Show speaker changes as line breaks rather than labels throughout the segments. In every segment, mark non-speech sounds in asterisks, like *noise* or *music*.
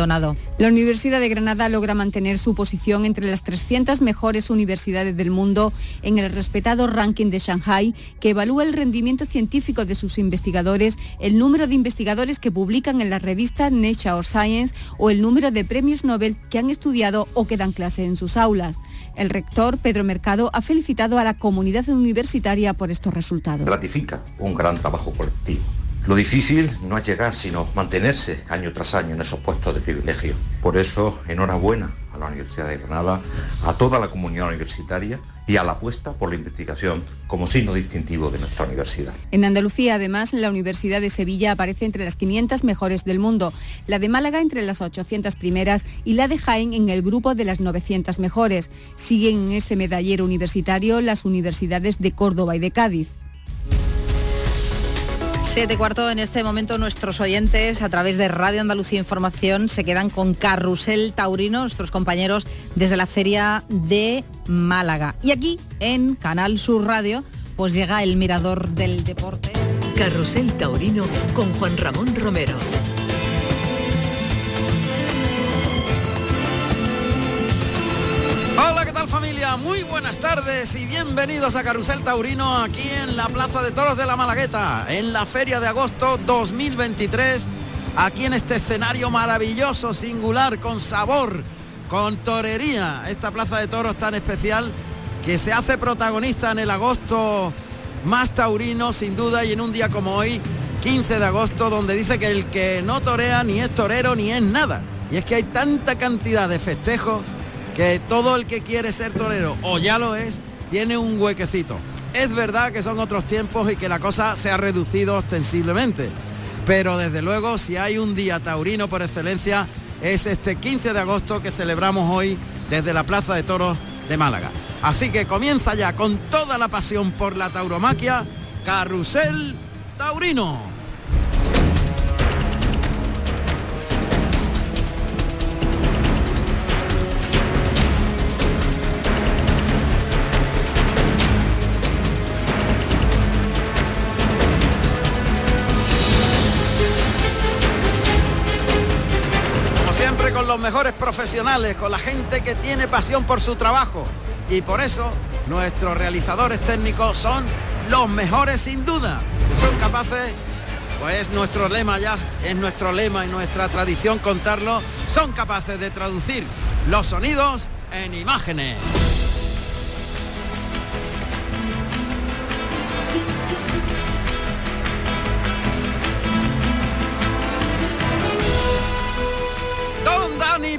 Donado.
La Universidad de Granada logra mantener su posición entre las 300 mejores universidades del mundo en el respetado ranking de Shanghai, que evalúa el rendimiento científico de sus investigadores, el número de investigadores que publican en la revista Nature or Science o el número de premios Nobel que han estudiado o que dan clase en sus aulas. El rector, Pedro Mercado, ha felicitado a la comunidad universitaria por estos resultados.
Gratifica un gran trabajo colectivo. Lo difícil no es llegar, sino mantenerse año tras año en esos puestos de privilegio. Por eso, enhorabuena a la Universidad de Granada, a toda la comunidad universitaria y a la apuesta por la investigación como signo distintivo de nuestra universidad.
En Andalucía, además, la Universidad de Sevilla aparece entre las 500 mejores del mundo, la de Málaga entre las 800 primeras y la de Jaén en el grupo de las 900 mejores. Siguen en este medallero universitario las universidades de Córdoba y de Cádiz.
Siete cuarto, en este momento nuestros oyentes a través de Radio Andalucía Información se quedan con Carrusel Taurino, nuestros compañeros desde la Feria de Málaga. Y aquí en Canal Sur Radio pues llega el mirador del deporte.
Carrusel Taurino con Juan Ramón Romero.
Hola, ¿qué tal familia? Muy buenas tardes y bienvenidos a Carusel Taurino aquí en la Plaza de Toros de la Malagueta, en la Feria de Agosto 2023, aquí en este escenario maravilloso, singular, con sabor, con torería, esta Plaza de Toros tan especial que se hace protagonista en el agosto más taurino, sin duda, y en un día como hoy, 15 de agosto, donde dice que el que no torea ni es torero ni es nada. Y es que hay tanta cantidad de festejos que todo el que quiere ser torero o ya lo es, tiene un huequecito. Es verdad que son otros tiempos y que la cosa se ha reducido ostensiblemente, pero desde luego si hay un día taurino por excelencia es este 15 de agosto que celebramos hoy desde la Plaza de Toros de Málaga. Así que comienza ya con toda la pasión por la tauromaquia, Carrusel Taurino. los mejores profesionales, con la gente que tiene pasión por su trabajo. Y por eso nuestros realizadores técnicos son los mejores sin duda. Son capaces, pues nuestro lema ya, es nuestro lema y nuestra tradición contarlo, son capaces de traducir los sonidos en imágenes.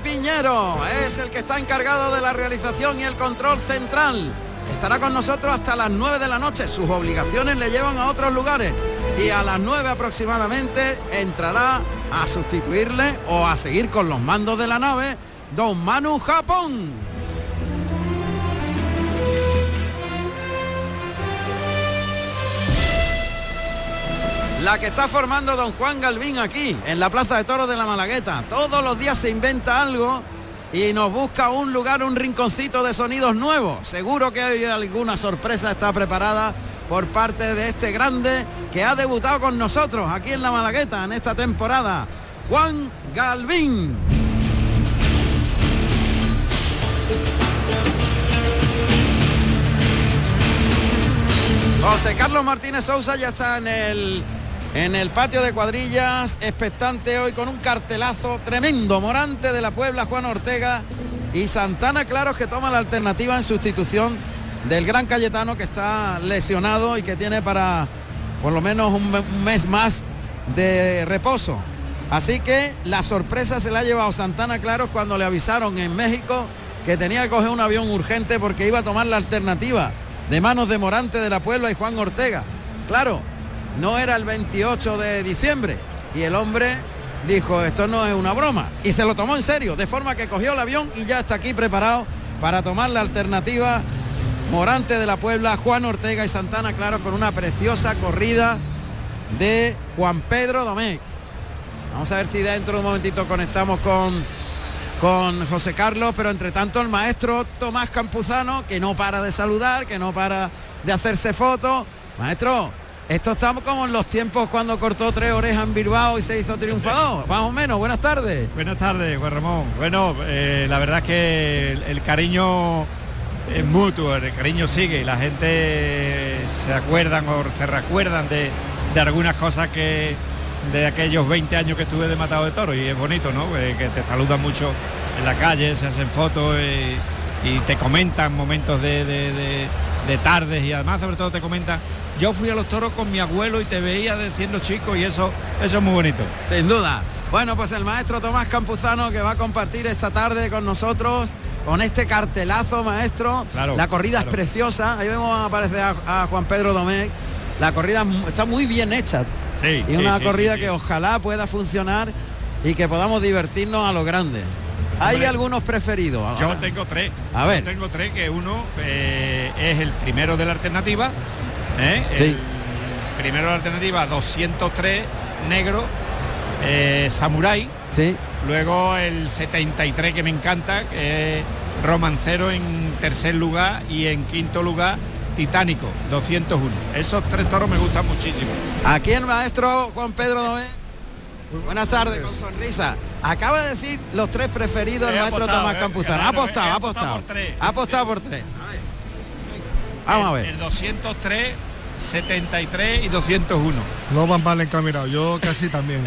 Piñero es el que está encargado de la realización y el control central. Estará con nosotros hasta las 9 de la noche. Sus obligaciones le llevan a otros lugares. Y a las 9 aproximadamente entrará a sustituirle o a seguir con los mandos de la nave Don Manu Japón. la que está formando don Juan Galvín aquí, en la Plaza de Toros de la Malagueta. Todos los días se inventa algo y nos busca un lugar, un rinconcito de sonidos nuevos. Seguro que hay alguna sorpresa está preparada por parte de este grande que ha debutado con nosotros aquí en la Malagueta en esta temporada, Juan Galvín. José Carlos Martínez Sousa ya está en el en el patio de cuadrillas, expectante hoy con un cartelazo tremendo. Morante de la Puebla, Juan Ortega y Santana Claros que toma la alternativa en sustitución del gran Cayetano que está lesionado y que tiene para por lo menos un, un mes más de reposo. Así que la sorpresa se la ha llevado Santana Claros cuando le avisaron en México que tenía que coger un avión urgente porque iba a tomar la alternativa de manos de Morante de la Puebla y Juan Ortega. Claro, no era el 28 de diciembre y el hombre dijo esto no es una broma y se lo tomó en serio de forma que cogió el avión y ya está aquí preparado para tomar la alternativa Morante de la Puebla, Juan Ortega y Santana Claro con una preciosa corrida de Juan Pedro Domecq. Vamos a ver si dentro de un momentito conectamos con con José Carlos, pero entre tanto el maestro Tomás Campuzano, que no para de saludar, que no para de hacerse fotos. Maestro, Esto está como en los tiempos cuando cortó tres orejas en Bilbao y se hizo triunfador, más o menos. Buenas tardes.
Buenas tardes, Juan Ramón. Bueno, eh, la verdad es que el, el cariño es mutuo, el cariño sigue y la gente se acuerdan o se recuerdan de, de algunas cosas que de aquellos 20 años que estuve de matado de toro y es bonito, ¿no? Eh, que te saludan mucho en la calle, se hacen fotos eh, y, y te comentan momentos de, de- de- de tardes y además sobre todo te comentan, yo fui a los toros con mi abuelo y te veía de siendo chico y eso, eso es muy bonito.
Sin duda. Bueno, pues el maestro Tomás Campuzano que va a compartir esta tarde con nosotros, con este cartelazo, maestro.
Claro,
la corrida es
claro.
preciosa. Ahí vemos aparecer a, a Juan Pedro Domecq. La corrida es mu- está muy bien hecha.
Sí,
Y
sí,
una
sí,
corrida
sí,
que
sí.
ojalá pueda funcionar y que podamos divertirnos a lo grande. Hay
Hombre.
algunos preferidos.
Yo tengo tres.
A ver.
Yo tengo tres, que uno eh, es el primero de la alternativa. ¿eh?
Sí.
El primero de la alternativa, 203 negro, eh, samurai.
Sí,
Luego el 73 que me encanta, que es romancero en tercer lugar y en quinto lugar. Titánico, 201. Esos tres toros me gustan muchísimo.
Aquí el maestro Juan Pedro Domé. Buenas tardes, con sonrisa. Acaba de decir los tres preferidos del
He
maestro
apostado,
Tomás
eh,
Campuzano. Ha
claro,
apostado,
he
ha
apostado
apostado.
por tres.
Ha apostado por tres. Vamos a
El-
ver.
El 203, 73 y 201.
No van mal encaminados, yo casi
*laughs*
también.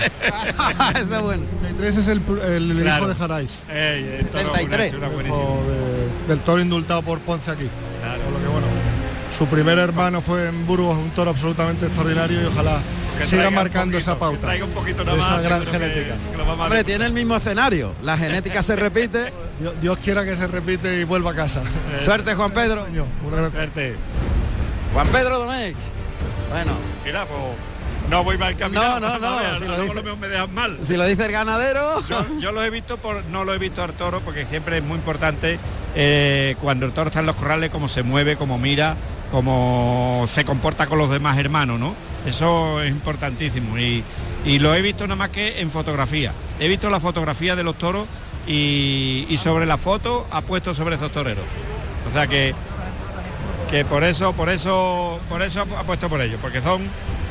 *laughs* Eso es bueno.
73 es el, pr- el
Claro.
hijo de Jarais,
Ey, el toro es una
73.
chula, buenísimo.
hijo de- del toro indultado por Ponce aquí.
Claro.
Por lo que, bueno, su primer hermano fue en Burgos, un toro absolutamente extraordinario y ojalá
Que
siga
traiga un
marcando
poquito,
esa
que
pauta.
traiga un poquito nada
esa
más,
gran
yo creo que-
genética.
que lo vamos a
Hombre,
ver.
tiene el mismo escenario. La genética se
*laughs*
repite.
Dios, Dios quiera que se repite y vuelva a casa.
Eh.
Suerte, Juan Pedro.
Coño, una gran-
Verte.
Juan Pedro Domecq. Bueno,
Mira, pues, no voy mal caminado.
No, no, no,
veas,
si lo
luego
dice-
lo mismo me dejan mal.
si lo dice el ganadero.
Yo, yo lo he visto por no lo he visto al toro porque siempre es muy importante eh, cuando el toro está en los corrales cómo se mueve, cómo mira, cómo se comporta con los demás hermanos, ¿no? Eso es importantísimo y, y lo he visto nada más que en fotografía. He visto la fotografía de los toros y, y sobre la foto ha puesto sobre esos toreros. O sea que que por eso, por eso, por eso ha puesto por ello, porque son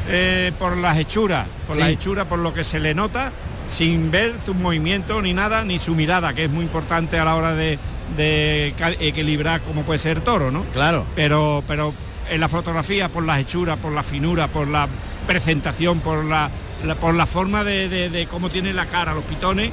eh, por las hechuras, por
Sí.
las hechuras, por lo que se le nota, sin ver sus movimientos ni nada, ni su mirada, que es muy importante a la hora de, de cal- equilibrar como puede ser toro, ¿no?
Claro.
Pero, pero en la fotografía, por las hechuras, por la finura, por la presentación, por la, la- por la forma de, de- de cómo tiene la cara, los pitones,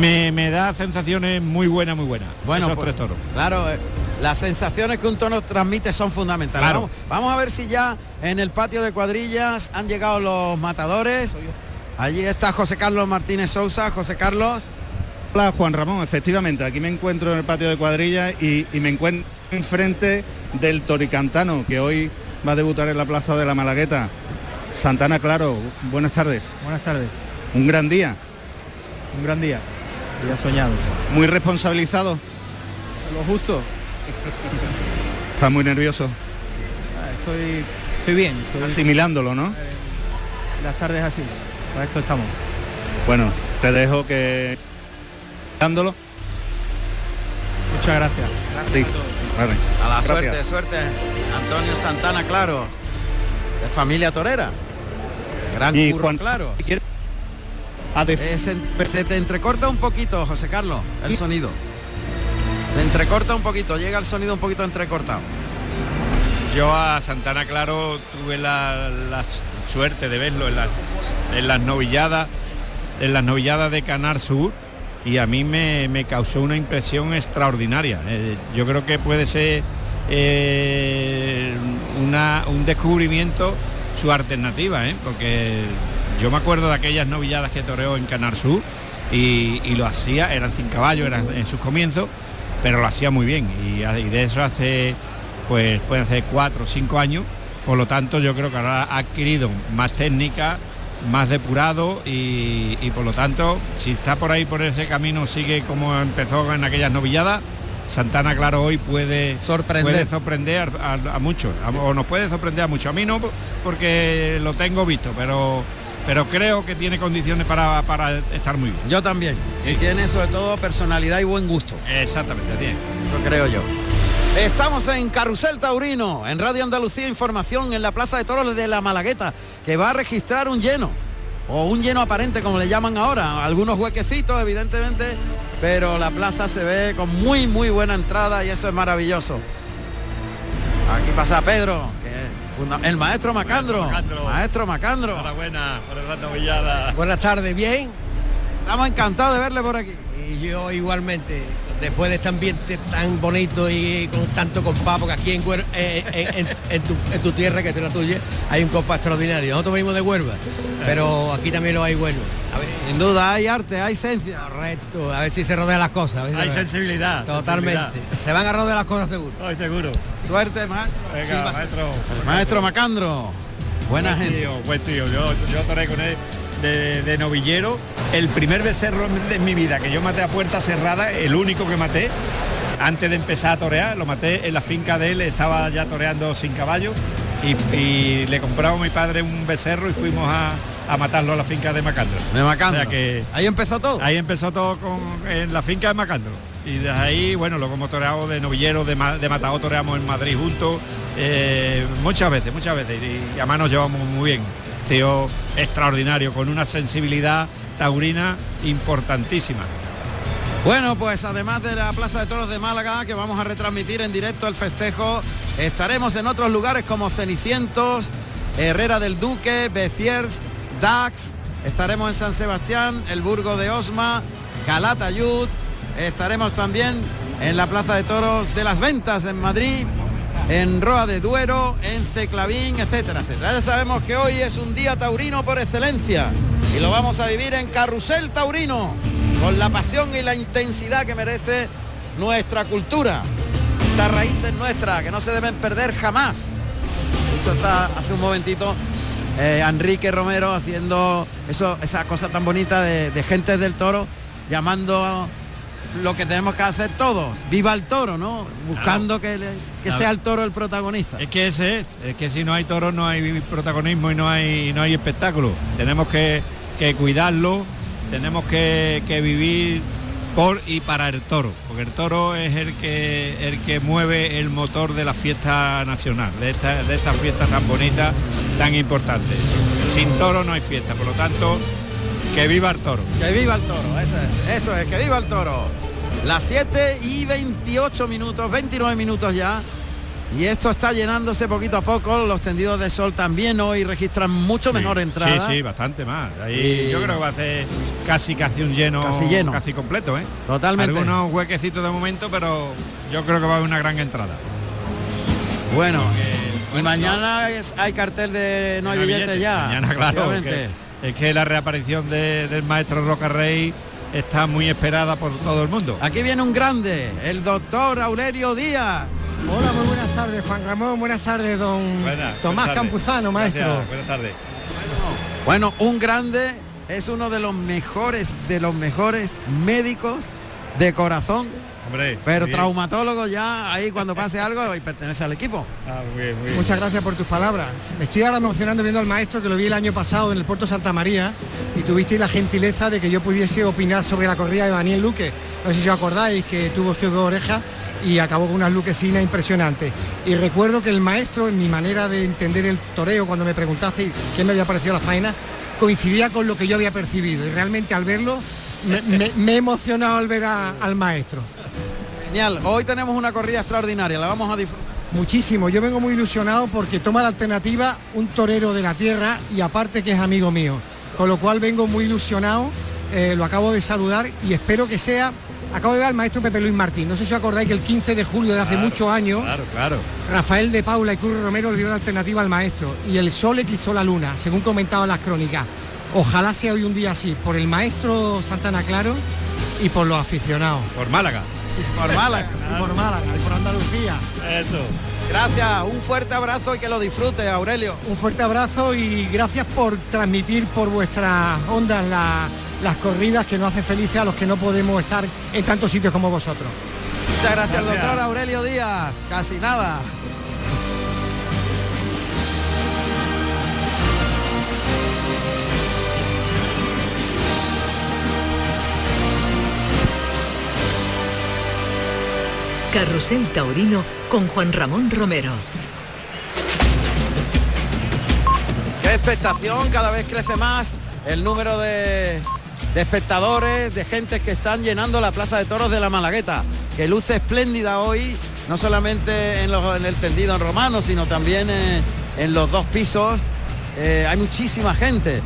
me, me da sensaciones muy buenas, muy buenas.
Bueno,
esos
pues,
tres toros.
claro, eh, las sensaciones que un tono transmite son fundamentales.
Claro.
Vamos, vamos a ver si ya en el patio de cuadrillas han llegado los matadores. Allí está José Carlos Martínez Sousa. José Carlos,
Hola Juan Ramón, efectivamente, aquí me encuentro en el patio de cuadrilla y, y me encuentro enfrente del Toricantano, que hoy va a debutar en la Plaza de la Malagueta. Santana Claro, buenas tardes.
Buenas tardes,
Un gran día,
un gran día, día soñado.
muy responsabilizado.
Lo justo,
Está muy nervioso,
ah, estoy, estoy bien, estoy-
asimilándolo, ¿no?
las tardes así, para esto estamos.
Bueno, te dejo que... dándolo.
Muchas gracias.
Sí, vale.
a la
Gracias.
suerte, suerte. Antonio Santana, claro, de familia torera. Gran
Y
curro,
Juan-
claro.
si quieres, a def-
Eh, se, se te entrecorta un poquito, José Carlos, el sonido. Se entrecorta un poquito, llega el sonido un poquito entrecortado.
Yo a Santana Claro tuve la, la suerte de verlo en las, en las novilladas, en las novilladas de Canar Sur y a mí me, me causó una impresión extraordinaria. Eh, yo creo que puede ser eh, una- un descubrimiento su alternativa, ¿eh? porque yo me acuerdo de aquellas novilladas que toreó en Canar Sur y, y lo hacía, eran sin caballo, eran en sus comienzos, pero lo hacía muy bien y, y de eso hace pues pueden hacer cuatro o cinco años. Por lo tanto, yo creo que ahora ha adquirido más técnica, más depurado y, y por lo tanto, si está por ahí, por ese camino, sigue como empezó en aquellas novilladas, Santana, claro, hoy puede
Sorprender.
puede sorprender a, a- a muchos, a- o nos puede sorprender a muchos. A mí no, porque lo tengo visto, pero, pero creo que tiene condiciones para, para estar muy bien.
Yo también. Y tiene sobre todo personalidad y buen gusto.
Exactamente, así es.
Eso creo yo. Estamos en Carrusel Taurino, en Radio Andalucía Información, en la Plaza de Toros de la Malagueta, que va a registrar un lleno, o un lleno aparente, como le llaman ahora, algunos huequecitos, evidentemente, pero la plaza se ve con muy, muy buena entrada y eso es maravilloso. Aquí pasa Pedro, que es funda- el maestro Macandro, maestro Macandro.
Enhorabuena por la novillada.
Buenas tardes, bien.
Estamos encantados de verle por aquí.
Y yo igualmente, después de este ambiente tan bonito y con tanto compás, porque aquí en, Huer- eh, en- en- en tu, en tu tierra, que es la tuya, hay un compás extraordinario. Nosotros venimos de Huelva, pero aquí también lo hay bueno. A ver,
Sin duda hay arte, hay esencia.
Correcto, a ver si se rodean las cosas. a ver si
Hay
se-
sensibilidad.
Totalmente. Se van a rodear las cosas seguro.
sensibilidad. Ay, seguro.
Suerte, maestro.
Venga, maestro.
Maestro Macandro. Buena
Buen
gente.
tío, buen tío. Yo, yo toré con él de, de novillero. El primer becerro de mi vida que yo maté a puerta cerrada, el único que maté. Antes de empezar a torear, lo maté en la finca de él, estaba ya toreando sin caballo y, y le compramos a mi padre un becerro y fuimos a, a matarlo a la finca de Macandro.
De Macandro.
O sea que-
Ahí empezó todo.
Ahí empezó todo con, en la finca de Macandro. Y desde ahí, bueno, luego hemos toreado de novillero, de, ma- de matado, toreamos en Madrid juntos, eh, muchas veces, muchas veces. Y, y además nos llevamos muy bien. Tío extraordinario, con una sensibilidad taurina importantísima.
Bueno, pues además de la Plaza de Toros de Málaga, que vamos a retransmitir en directo el festejo, estaremos en otros lugares como Cenicientos, Herrera del Duque, Beciers, Dax, estaremos en San Sebastián, el Burgo de Osma, Calatayud, estaremos también en la Plaza de Toros de las Ventas en Madrid, en Roa de Duero, en Ceclavín, etcétera, etcétera. Ya sabemos que hoy es un día taurino por excelencia y lo vamos a vivir en Carrusel Taurino, con la pasión y la intensidad que merece nuestra cultura. Estas raíces nuestras que no se deben perder jamás. Esto está hace un momentito eh, Enrique Romero haciendo eso, esa cosa tan bonita de, de gente del toro, llamando lo que tenemos que hacer todos. Viva el toro, ¿no? Buscando que, le- que
Claro.
sea el toro el protagonista.
Es que ese es, es que si no hay toros no hay protagonismo y no hay no hay espectáculo. Tenemos que, que cuidarlo, tenemos que, que vivir por y para el toro, porque el toro es el que el que mueve el motor de la fiesta nacional, de esta, de esta fiesta tan bonita, tan importante. Sin toro no hay fiesta, por lo tanto, que viva el toro.
Que viva el toro, eso es, eso es, que viva el toro. Las 7 y 28 minutos, 29 minutos ya. Y esto está llenándose poquito a poco. Los tendidos de sol también hoy registran mucho mejor
Sí,
entrada.
Sí, sí, bastante más. Ahí
Y-
yo creo que va a ser casi casi un lleno
Casi lleno.
casi completo, ¿eh?
Totalmente.
Algunos huequecitos de momento, pero yo creo que va a haber una gran entrada.
Bueno, y mañana es- hay cartel de no hay billetes ya.
Mañana, claro.
efectivamente.
que- es que la reaparición de- del maestro Roca Rey está muy esperada por todo el mundo.
Aquí viene un grande, el doctor Aurelio Díaz.
Hola, muy buenas tardes, Juan Ramón. Buenas tardes, don
Buenas,
Tomás
buenas tardes.
Campuzano, maestro.
Gracias, buenas tardes.
Bueno, un grande es uno de los mejores, de los mejores médicos de corazón
Hombre,
Pero
muy bien.
traumatólogo ya ahí cuando pase algo y pertenece al equipo.
Ah, muy bien, muy bien.
Muchas gracias por tus palabras. Me estoy ahora emocionando viendo al maestro que lo vi el año pasado en el puerto Santa María y tuvisteis la gentileza de que yo pudiese opinar sobre la corrida de Daniel Luque. No sé si os acordáis que tuvo sus dos orejas y acabó con unas luquesinas impresionantes. Y recuerdo que el maestro, en mi manera de entender el toreo, cuando me preguntaste qué me había parecido la faena, coincidía con lo que yo había percibido. Y realmente al verlo me, me- me he emocionado al ver a- al maestro.
Genial, hoy tenemos una corrida extraordinaria, la vamos a disfrutar.
Muchísimo, yo vengo muy ilusionado porque toma la alternativa un torero de la tierra y aparte que es amigo mío, con lo cual vengo muy ilusionado, eh, lo acabo de saludar y espero que sea, acabo de ver al maestro Pepe Luis Martín, no sé si os acordáis que el 15 de julio de hace
Claro,
muchos años,
Claro, claro.
Rafael de Paula y Curro Romero le dieron la alternativa al maestro y el sol eclipsó la luna, según comentaban las crónicas. Ojalá sea hoy un día así, por el maestro Santana Claro y por los aficionados.
Por Málaga.
Por Málaga.
*laughs*
Y por Málaga, y por Andalucía.
Eso.
Gracias, un fuerte abrazo y que lo disfrutes, Aurelio.
Un fuerte abrazo y gracias por transmitir por vuestras ondas la- las corridas que nos hacen felices a los que no podemos estar en tantos sitios como vosotros.
Muchas gracias,
Gracias.
doctor Aurelio Díaz. Casi nada.
Carrusel Taurino con Juan Ramón Romero.
Qué expectación, cada vez crece más el número de, de espectadores, de gentes que están llenando la Plaza de Toros de la Malagueta, que luce espléndida hoy, no solamente en, los- en el tendido en romano, sino también eh, en los dos pisos. Eh, hay muchísima gente.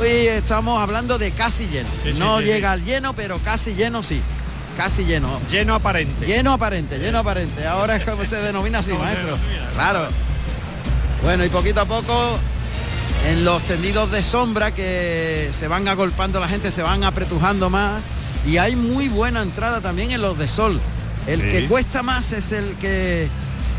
Hoy estamos hablando de casi lleno.
Sí, sí,
no
sí,
llega
sí.
al lleno, pero casi lleno sí. Casi lleno. Lleno aparente. Lleno aparente, lleno aparente. Ahora es como se denomina así, maestro. Claro. Bueno, y poquito a poco en los tendidos de sombra que se van agolpando la gente, se van apretujando más y hay muy buena entrada también en los de sol. El
Sí.
que cuesta más es el que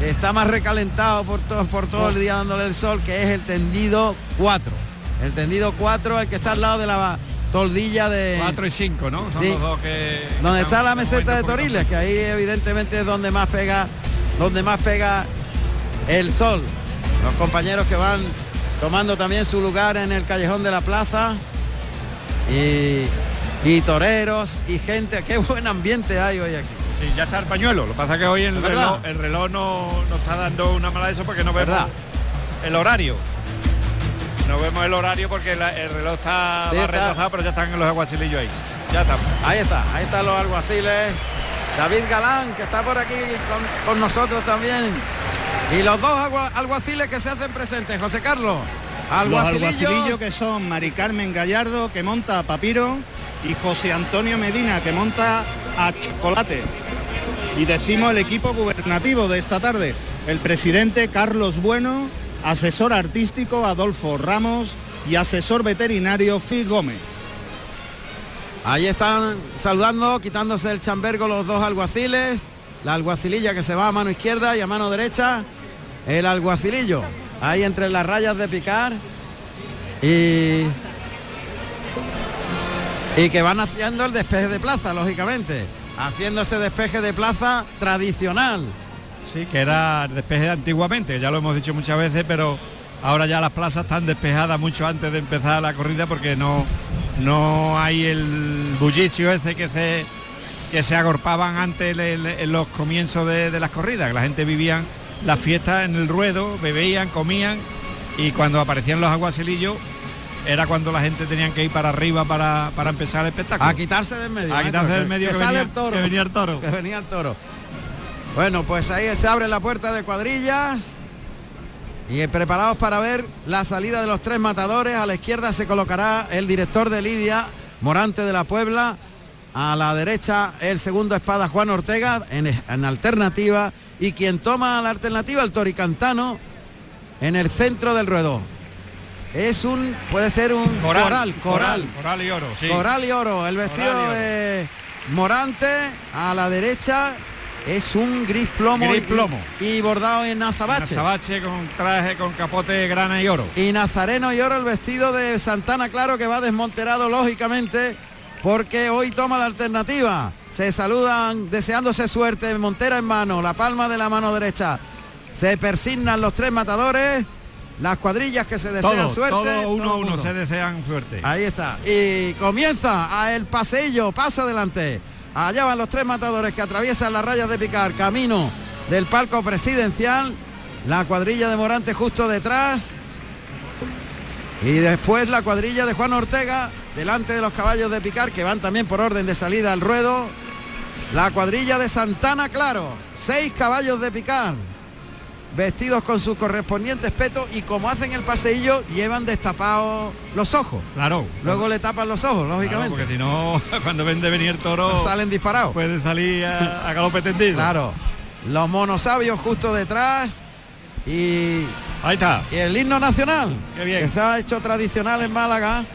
está más recalentado por todo, por todo el día dándole el sol, que es el tendido 4. El tendido 4, el que está al lado de la toldilla de...
4 y 5, ¿no? Son
Sí.
los dos que...
Donde
que
está la
están
meseta de
moviendo por
Toriles, que ahí evidentemente es donde más pega, donde más pega el sol. Los compañeros que van tomando también su lugar en el callejón de la plaza. Y, y toreros y gente, qué buen ambiente hay hoy aquí.
Sí, ya está el pañuelo. Lo que pasa es que hoy el
¿Es verdad?
reloj, el reloj no, no está dando una mala de eso porque no vemos
¿Verdad?
el horario. No vemos el horario porque la- el reloj está,
Sí,
va
está.
retrasado, pero ya están los aguacilillos ahí. Ya estamos.
Ahí está, ahí están los alguaciles. David Galán, que está por aquí con, con nosotros también. Y los dos agua- alguaciles que se hacen presentes, José Carlos.
Los
Alguacilillos
alguacilillos que son Mari Carmen Gallardo, que monta a Papiro, y José Antonio Medina, que monta a Chocolate. Y decimos el equipo gubernativo de esta tarde, el presidente Carlos Bueno, asesor artístico Adolfo Ramos y asesor veterinario Fis Gómez.
Ahí están saludando, quitándose el chambergo los dos alguaciles. La alguacililla que se va a mano izquierda y a mano derecha. El alguacilillo. Ahí entre las rayas de picar. Y. Y que van haciendo el despeje de plaza, lógicamente. Haciéndose despeje de plaza tradicional.
Sí, que era el despeje de antiguamente, ya lo hemos dicho muchas veces, pero ahora ya las plazas están despejadas mucho antes de empezar la corrida porque no, no hay el bullicio ese que se, que se agorpaban antes en el- en los comienzos de, de las corridas. que La gente vivía las fiestas en el ruedo, bebían, comían y cuando aparecían los aguacelillos era cuando la gente tenía que ir para arriba para, para empezar el espectáculo.
A quitarse del medio.
A quitarse
maestro,
del medio
que,
que
sale
venía-
el toro.
que venía el toro.
Que *laughs* venía el toro. Bueno, pues ahí se abre la puerta de cuadrillas. Y eh, preparados para ver la salida de los tres matadores. A la izquierda se colocará el director de Lidia, Morante de la Puebla. A la derecha el segundo espada Juan Ortega en, en alternativa. Y quien toma la alternativa, el Toricantano, en el centro del ruedo. Es un, puede ser un
Coral,
coral, coral.
coral y oro, sí.
Coral y oro, el vestido
Coral y oro.
de Morante a la derecha es un gris plomo,
Gris
y-
plomo.
Y, bordado en azabache.
Azabache con traje con capote de grana y oro.
Y Nazareno y oro el vestido de Santana Claro que va desmonterado lógicamente porque hoy toma la alternativa. Se saludan deseándose suerte, montera en mano, la palma de la mano derecha. Se persignan los tres matadores, las cuadrillas que se desean
Todo,
suerte.
todo uno
todo
a uno
mundo. Ah,
se desean suerte.
Ahí está. Y comienza a el paseillo. Pasa adelante. Allá van los tres matadores que atraviesan las rayas de picar. Camino del palco presidencial. La cuadrilla de Morante justo detrás. Y después la cuadrilla de Juan Ortega. Delante de los caballos de picar que van también por orden de salida al ruedo. La cuadrilla de Santana Claro. Seis caballos de picar. Vestidos con sus correspondientes petos y como hacen el paseillo llevan destapados los ojos.
Claro.
Luego le tapan los ojos,
Claro,
lógicamente.
porque pues, si no, *laughs* cuando ven de venir el toro.
Salen disparados.
Pueden salir a, a galope tendido.
Claro. Los monosabios justo detrás. Y.
Ahí está.
Y el himno nacional.
Qué bien.
Que se ha hecho tradicional en Málaga.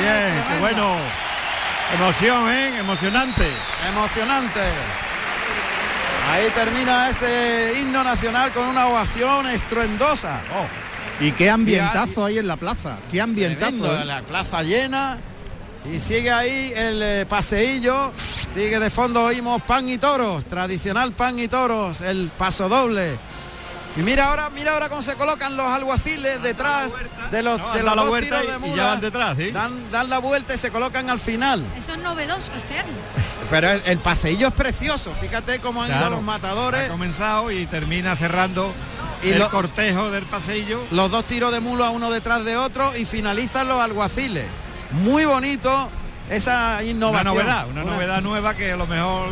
Bien, qué bueno. Emoción, ¿eh? Emocionante.
Emocionante. Ahí termina ese himno nacional con una ovación estruendosa. Oh,
Y qué ambientazo hay en la plaza, qué ambientazo.
Tremendo,
¿eh?
la plaza llena, Y sigue ahí el eh, paseillo. Sigue de fondo, oímos pan y toros. Tradicional pan y toros. El paso doble. Y mira ahora, mira ahora cómo se colocan los alguaciles detrás de los,
No,
de
han
los
dado la
dos
vuelta
tiros de
y- y
mula.
ya van detrás, ¿sí?
dan, dan la vuelta y se colocan al final.
Eso es novedoso este año.
Pero el, el paseillo es precioso. Fíjate cómo han ido
Claro.
los matadores.
Ha comenzado y termina cerrando el cortejo del paseillo.
Los dos tiros de mulo a uno detrás de otro y finalizan los alguaciles. Muy bonito esa
Una
innovación.
novedad, una novedad nueva que a lo mejor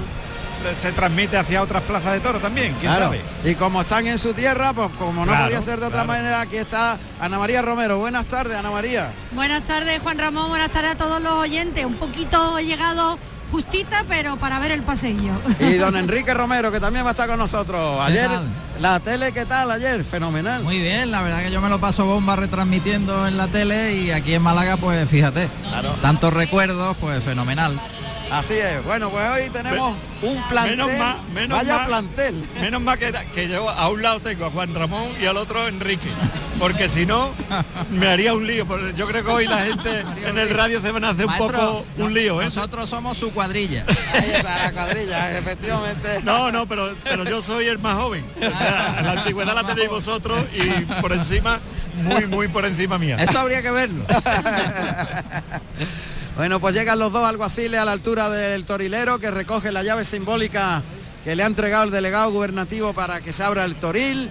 se transmite hacia otras plazas de toro también, quién
Claro.
sabe.
Y como están en su tierra, pues como no
Claro,
podía ser de otra
claro.
manera, aquí está Ana María Romero. Buenas tardes, Ana María.
Buenas tardes, Juan Ramón. Buenas tardes a todos los oyentes. Un poquito he llegado justita, pero para ver el paseillo.
Y
*laughs*
don Enrique Romero, que también va a estar con nosotros. Ayer,
tal?
la tele, ¿qué tal ayer? Fenomenal.
Muy bien, la verdad que yo me lo paso bomba retransmitiendo en la tele y aquí en Málaga, pues fíjate, tantos recuerdos, pues fenomenal.
Así es. Bueno, pues hoy tenemos un plantel.
Menos mal, menos
Vaya
mal- *laughs*
plantel.
Menos mal que, que yo a un lado tengo a Juan Ramón y al otro a Enrique, porque si no me haría un lío. porque Yo creo que hoy la gente en el radio se van a hacer un
Maestro,
poco un lío. ¿eh?
Nosotros somos su cuadrilla.
la cuadrilla, efectivamente.
No, no, pero, pero yo soy el más joven. La, la antigüedad la tenéis vosotros y por encima, muy, muy por encima mía.
Eso habría que verlo.
Bueno, pues llegan los dos alguaciles a la altura del torilero que recoge la llave simbólica que le ha entregado el delegado gubernativo para que se abra el toril.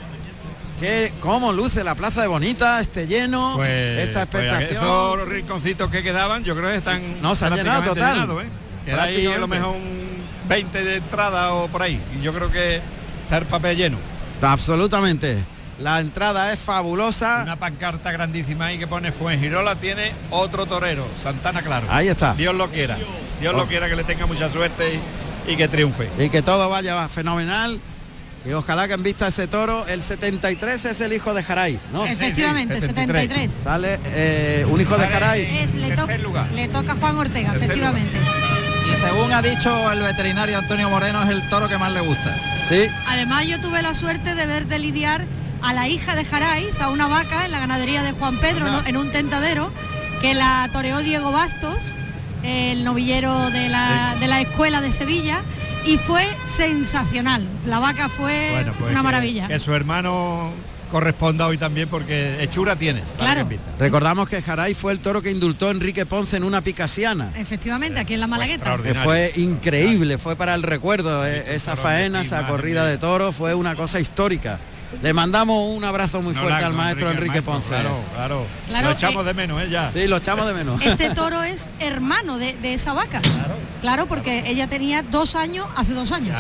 Que cómo luce la plaza de Bonita, este lleno,
Pues,
esta
pues,
expectación.
esos rinconcitos que quedaban, yo creo que están
No, se ha llenado
prácticamente
total.
llenados, ¿eh? Queda ahí a lo
Prácticamente.
mejor un 20 de entrada o por ahí. Y yo creo que está el papel lleno.
Absolutamente. La entrada es fabulosa.
Una pancarta grandísima ahí que pone Fuengirola tiene otro torero, Santana Claro.
Ahí está. Oh.
Dios lo quiera. Dios lo quiera que le tenga mucha suerte y, y que triunfe.
Y que todo vaya fenomenal. Y ojalá que en vista ese toro, el 73 es el hijo de Jaray, ¿no?
Efectivamente, 73.
Sale eh, un hijo de Jaray.
Es, le, toca le toca a Juan Ortega, efectivamente.
Y según ha dicho el veterinario Antonio Moreno, es el toro que más le gusta.
Sí.
Además yo tuve la suerte de ver de lidiar a la hija de Jaraiz, a una vaca en la ganadería de Juan Pedro, ¿no? en un tentadero, que la toreó Diego Bastos, el novillero de la, de la escuela de Sevilla, y fue sensacional. La vaca fue
Bueno, pues
una
que-
maravilla.
Que su hermano corresponda hoy también porque hechura tienes. para
Claro.
que invita.
Recordamos que Jaray fue el toro que indultó a Enrique Ponce en una picasiana.
Efectivamente, aquí en la Malagueta.
Que fue increíble, fue para el recuerdo eh, esa faena, esa corrida
eh.
de toros, fue una cosa histórica. Le mandamos un abrazo muy
No,
fuerte
la-
al
no,
maestro Enrique,
Maestro,
Ponce.
Claro, claro.
Claro,
Lo echamos
eh,
de menos, ¿eh? Ya.
Sí, lo echamos de
*laughs*
menos. *laughs*
Este toro es hermano de, de esa vaca. Claro, porque ella tenía dos años, hace dos años.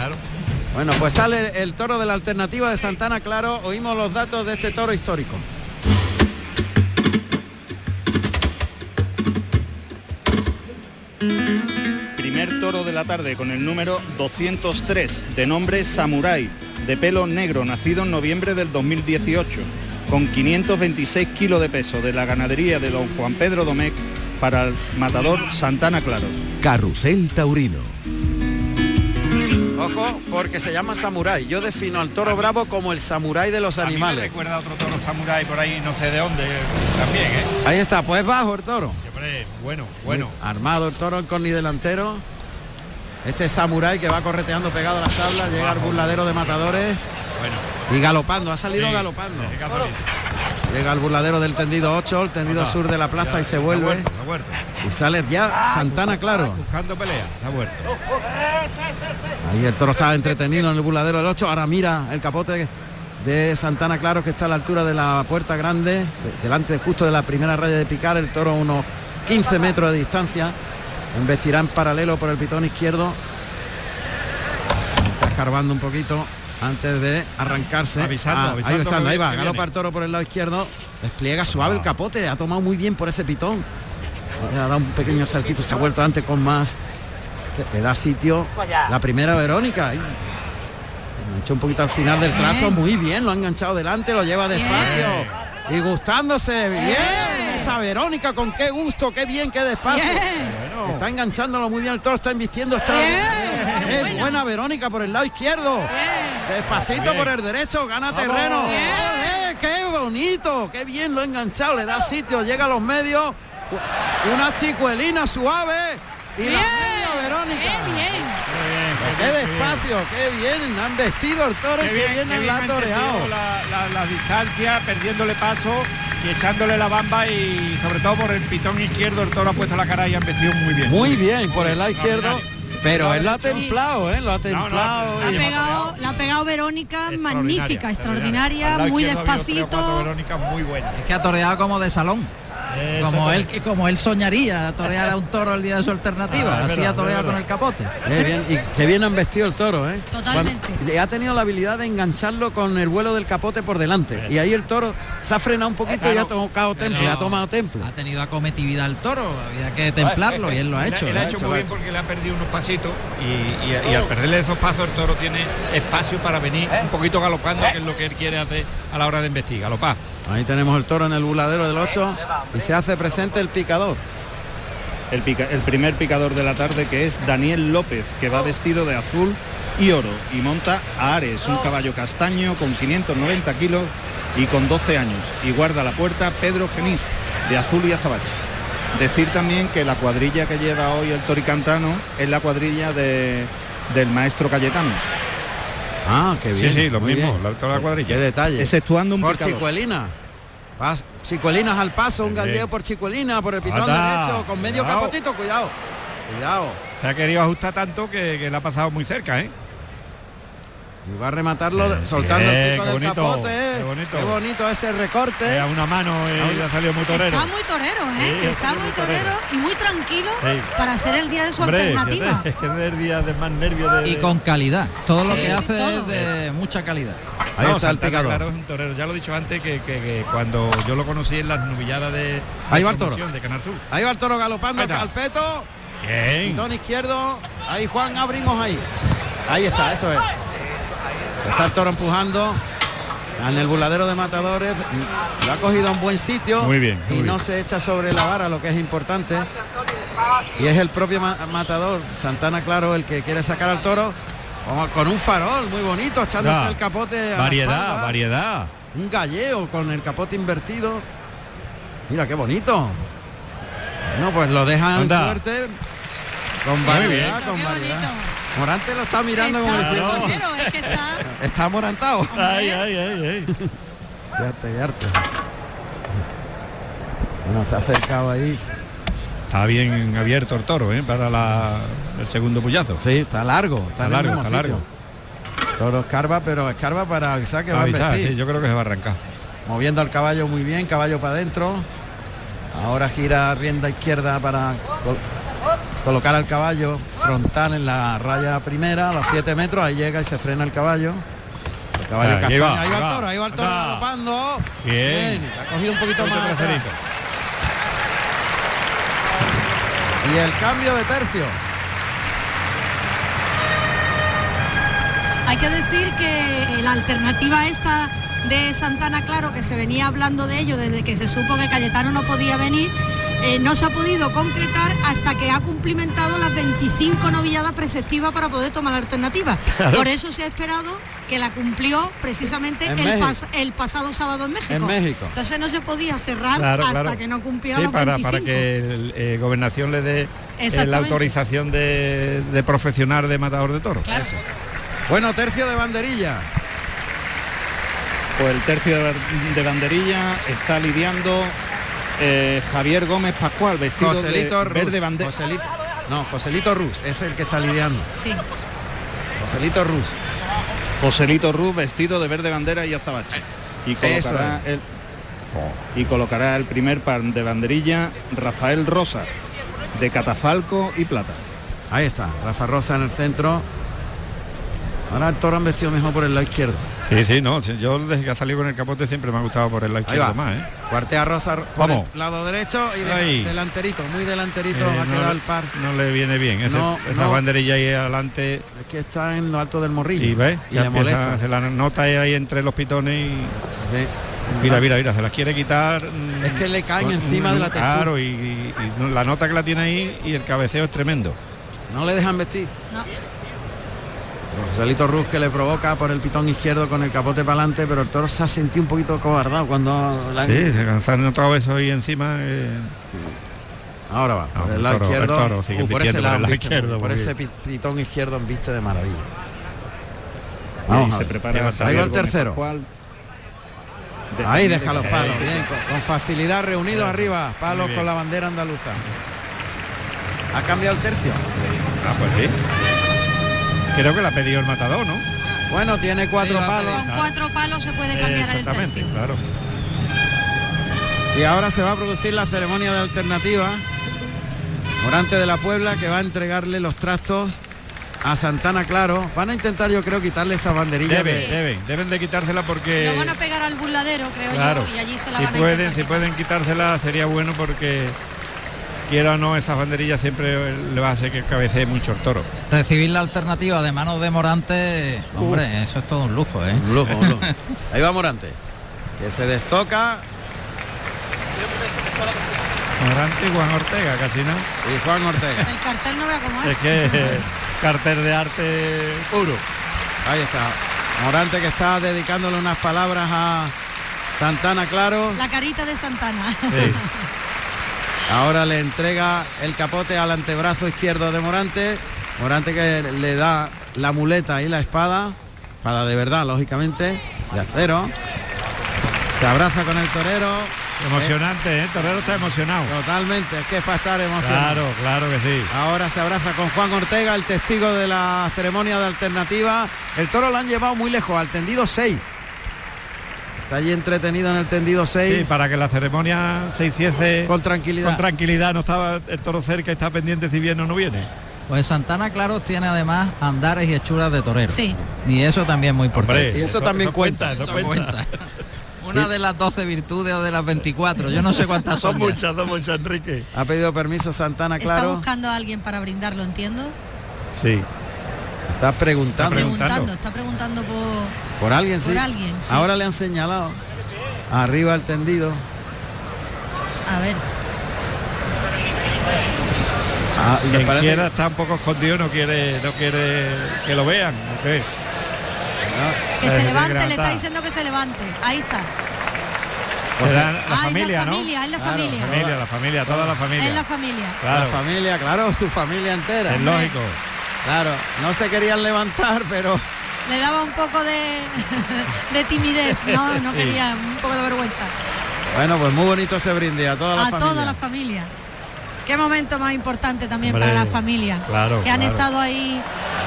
Bueno, pues sale el toro de la alternativa de Santana Claro. Oímos los datos de este toro histórico.
Primer toro de la tarde con el número 203, de nombre Samurai, de pelo negro, nacido en noviembre del 2018, con 526 kilos de peso de la ganadería de don Juan Pedro Domecq para el matador Santana Claros.
Carrusel Taurino.
Ojo, porque se llama samurái. Yo defino al toro bravo como el samurái de los
A mí me
animales.
recuerda a otro toro samurái por ahí, no sé de dónde, eh, también, ¿eh?
Ahí está, pues bajo el toro.
Hombre, bueno, bueno.
Armado el toro, el corni delantero. Este samurái que va correteando pegado a las tablas, llega al burladero de matadores. Y galopando, ha salido
Sí,
galopando.
es que ha salido.
Llega al burladero del tendido 8, el tendido sur de la plaza y se vuelve.
Está muerto,
Y sale
Ah,
ya
pues,
Santana, claro.
buscando pelea, está muerto.
Ahí el toro estaba entretenido en el burladero del 8. Ahora mira el capote de Santana Claro que está a la altura de la puerta grande, de- delante justo de la primera raya de picar, el toro a unos 15 metros de distancia. Investirá en paralelo por el pitón izquierdo. Está escarbando un poquito antes de arrancarse. Ah,
Avisando, avisando
Ahí, avisando,
que-
ahí va,
que
galopa
viene. Ah.
el toro por el lado izquierdo. Despliega suave el capote, ha tomado muy bien por ese pitón. Le ha dado un pequeño salquito, se ha vuelto antes con más. Le da sitio la primera Verónica. ahí. Enganchó un poquito al final del trazo, muy bien, lo ha enganchado delante, lo lleva despacio. Y gustándose, bien. Esa Verónica, con qué gusto, qué bien, qué despacio. Está enganchándolo muy bien el toro, está invistiendo, está... Es buena Verónica por el lado izquierdo. Despacito por el derecho, gana terreno. ¡Eh, qué bonito, qué bien lo ha enganchado, le da sitio, llega a los medios Una chicuelina suave y la media Verónica. ¡Qué bien! ¡Qué, despacio! ¡Qué bien! Han vestido el toro y qué bien,
qué
han
bien
la
han
toreado.
entendido La, la- la distancia, perdiéndole paso y echándole la bamba y sobre todo por el pitón izquierdo el toro ha puesto la cara y han vestido muy bien.
Muy bien, por el lado izquierdo. Pero él lo ha templado, ¿eh? Lo ha
no,
templado.
La ha
y-
pegado, la ha pegado Verónica, magnífica, extraordinaria, muy despacito.
Verónica muy buena.
Es que ha toreado como de salón. Como él,
Exactamente.
como él soñaría torear a un toro el día de su alternativa.
Ah, es
Así
verdad,
ha toreado
es
con el capote.
Qué bien, y qué bien han vestido el toro, ¿eh?
Totalmente.
Bueno, y ha tenido la habilidad de engancharlo con el vuelo del capote por delante. Y ahí el toro se ha frenado un poquito y ha tocado temple,
Pero
ha tomado temple.
Ha tenido acometividad al toro, había que templarlo y él lo ha hecho.
Él, ha hecho muy bien porque le ha perdido unos pasitos y, y- y al perderle esos pasos el toro tiene espacio para venir un poquito galopando, que es lo que él quiere hacer a la hora de investigar. Galopar.
Ahí tenemos el toro en el buladero del 8 y se hace presente el picador.
El, pica- el primer picador de la tarde que es Daniel López, que va vestido de azul y oro y monta a Ares, un caballo castaño con 590 kilos y con 12 años. Y guarda la puerta Pedro Geniz, de azul y azabache. Decir también que la cuadrilla que lleva hoy el Toricantano es la cuadrilla de- del maestro Cayetano.
Ah, qué
Sí,
bien.
sí, lo
muy
mismo,
bien.
la- toda la cuadrilla.
Qué detalle.
Exceptuando un
Por
picador.
Chicuelina. Pas- Chicuelinas al paso, un
Bien.
gallego por Chicuelina, por el pitón
Anda,
derecho, con medio
cuidado.
capotito, cuidado. Cuidado.
Se ha querido ajustar tanto que, que le ha pasado muy cerca, ¿eh?
Y va a rematarlo soltando el
bien,
pico
qué
del
bonito,
capote, ¿eh?
qué bonito.
ese recorte.
a una mano eh, le ha salido muy torero.
Está muy torero, ¿eh?
Sí,
está muy torero y muy tranquilo
Sí.
para ser el día de su
Hombre,
alternativa.
fíjate, es que es el día de más nervios de,
Y con calidad. Todo lo
Sí,
que hace
todo.
es de mucha calidad.
No, Santana, Claro, es un torero. Ya lo he dicho antes que, que- que cuando yo lo conocí en las nubilladas de,
Ahí
de
va el toro.
promoción de Canal Sur.
Ahí va el toro galopando
Ahí está.
al peto.
Bien.
Pitón izquierdo. Ahí Juan, abrimos ahí. Ahí está, eso es. Está el toro empujando. En el burladero de matadores. Lo ha cogido a un buen sitio.
Muy bien,
y
muy
no
bien.
se echa sobre la vara, lo que es importante. Y es el propio ma- matador, Santana Claro, el que quiere sacar al toro. como Con un farol muy bonito, echándose
Ya.
el capote. a la
Variedad,
espalda.
variedad.
Un galleo con el capote invertido. Mira qué bonito. No, pues lo dejan
Anda.
suerte. Con
Muy
variedad,
bien.
con variedad. Morante lo está mirando
Está
como
muy
diciendo, "Oh,
torero, es que está
Está amorantado.
Ay, ay, ay, ay.
*laughs* Qué arte, qué arte. Bueno, se ha acercado ahí.
Está bien abierto el toro, ¿eh? Para la, el segundo puyazo.
Sí, está largo.
Está,
en el
largo,
mismo
está
sitio.
largo.
Toro escarba, pero escarba para avisar que va a
Avisar,
vestir.
sí, yo creo que se va a arrancar.
Moviendo al caballo muy bien, caballo para adentro. Ahora gira rienda izquierda para col- colocar al caballo frontal en la raya primera, a los 7 metros. Ahí llega y se frena el caballo. El caballo
Ahí va,
castaño. Ahí va
ahí
el
va.
toro, ahí va el toro
Anda.
galopando.
Bien.
Ha cogido un poquito
Otro
más. atrás.
traserito.
Y el cambio de tercio.
Hay que decir que eh, la alternativa esta de Santana, claro, que se venía hablando de ello desde que se supo que Cayetano no podía venir, eh, no se ha podido concretar hasta que ha cumplimentado las 25 novilladas preceptivas para poder tomar la alternativa.
Claro.
Por eso se ha esperado que la cumplió precisamente
En
el,
México.
pas- el pasado sábado en México.
En México.
Entonces no se podía cerrar
Claro,
hasta
claro.
que no cumpliera
Sí,
los
para,
25.
para que el, eh, gobernación le dé eh, la
Exactamente.
autorización de, de profesional de matador de toros.
Claro.
Eso.
Bueno, tercio de banderilla.
Pues el tercio de de banderilla está lidiando eh, Javier Gómez Pascual, vestido
Joselito
de
Rus.
verde bandera.
Joselito- no, Joselito Rus es el que está lidiando.
Sí.
Joselito Rus.
Joselito Ruz vestido de verde bandera y azabache. Y
Eso
colocará, el, y colocará el primer pan de banderilla Rafael Rosa, de Catafalco y Plata.
Ahí está, Rafa Rosa en el centro. Ahora el toro han vestido mejor por el lado izquierdo.
Sí, sí, no. sí, Yo desde que ha salido con el capote siempre me ha gustado por el lado
Ahí va.
izquierdo más, ¿eh?
Cuartea Rosa por
Vamos.
el lado derecho y de-
Ahí.
delanterito, muy delanterito
Eh,
ha
no
quedado
le-
el par.
No le viene bien. Ese-
No,
esa
no.
banderilla ahí adelante
Es que está en lo alto del morrillo.
y ves,
y
Ya
le
empieza-
molesta.
se la nota ahí entre los pitones y.
Sí.
Mira, mira, mira, se las quiere quitar. mm,
Es que le caen
con-
encima de la textura.
Claro, y, y- y la nota que la tiene ahí y el cabeceo es tremendo.
No le dejan vestir.
No.
Pero Joselito Ruz que le provoca por el pitón izquierdo con el capote para adelante, pero el toro se ha sentido un poquito cobardado cuando la
Sí, se cansan otra vez hoy encima. eh,
Ahora va.
Ah,
Por
el
el lado
toro, el
izquierdo.
toro sigue
Uh, por
embistiendo
ese
por
lado
el lado
embiste-
izquierdo,
Por
muy
ese
bien.
pi- pitón izquierdo viste de maravilla.
Ahí
Vamos a
se
ver.
prepara
Ahí
Javier
va el
Gómez
tercero.
Pascual. Eh.
Ahí
Define
deja los
de-
palos, bien, con, con facilidad reunidos arriba, palos
Muy bien.
con la bandera andaluza. Ha cambiado el tercio.
Ah, pues sí. Creo que la ha pedido el matador, ¿no?
Bueno, tiene cuatro palos.
Con cuatro palos se puede cambiar el
Exactamente,
tercio.
claro.
Y ahora se va a producir la ceremonia de alternativa. Morante de la Puebla que va a entregarle los trastos a Santana Claro. Van a intentar, yo creo, quitarle esa banderilla.
Deben,
de-
deben, deben de quitársela porque
Lo van a pegar al burladero, creo
Eh, claro,
yo, y allí se la
si
van a
pueden,
intentar
si
quitar.
pueden quitársela sería bueno porque quiera o no esas banderillas siempre le va a hacer que cabecee mucho el toro.
Recibir la alternativa de manos de Morante, hombre, eso es todo un lujo, ¿eh?
Un lujo, un lujo. Ahí va Morante. Que se destoca.
Morante y Juan Ortega, casi no.
Y Juan Ortega.
El cartel no vea cómo es.
Es *laughs* que eh, cartel de arte
puro. Ahí está. Morante que está dedicándole unas palabras a Santana Claro.
*laughs* La carita de Santana.
Ah, Ahora le entrega el capote al antebrazo izquierdo de Morante. Morante que le da la muleta y la espada. Espada de verdad, lógicamente, de acero. Se abraza con el torero.
*laughs* Emocionante, ¿eh? El torero está emocionado.
Totalmente, es que es para estar emocionado.
Claro, claro que sí.
Ahora se abraza con Juan Ortega, el testigo de la ceremonia de alternativa. El toro lo han llevado muy lejos, al tendido 6. Está allí entretenido en el tendido 6.
Sí, para que la ceremonia se hiciese
con tranquilidad.
Con tranquilidad, no estaba el toro cerca, está pendiente si viene o no viene.
Pues Santana Claros tiene además andares y hechuras de torero.
Sí.
Y eso también es muy importante.
Hombre, Y eso eso- también eso cuenta, cuenta, eso
Eso
*laughs*
Una de las 12 virtudes o de las 24, yo no sé cuántas son. ya.
don muchas, Enrique.
Ha pedido permiso Santana,
Está
claro.
buscando a alguien para brindarlo, entiendo.
Sí.
Está preguntando.
Preguntando, está preguntando por.
Por alguien, sí.
Por alguien, sí.
Ahora le han señalado. Arriba el tendido.
A ver.
Ah, me
Quien
parece
quiera
que-
está un poco escondido, no quiere, no quiere que lo vean. ¿o qué?
Que
Eh,
se levante, le
desgratada.
está diciendo que se levante. Ahí está.
Será la
Ah, es
familia, ¿no?
familia, es la
Claro,
familia.
familia, la familia, toda la
Es la
familia.
familia.
Claro.
La familia, claro, su familia entera.
Es lógico.
Claro, no se querían levantar, pero
Le daba un poco de, *laughs* de timidez. No,
*laughs*
no
Sí.
quería, un poco de vergüenza.
bueno, pues muy bonito ese brindis a toda la
a
familia.
toda la familia. Qué momento más importante también
Hombre,
para la familia.
claro,
que han
claro.
estado ahí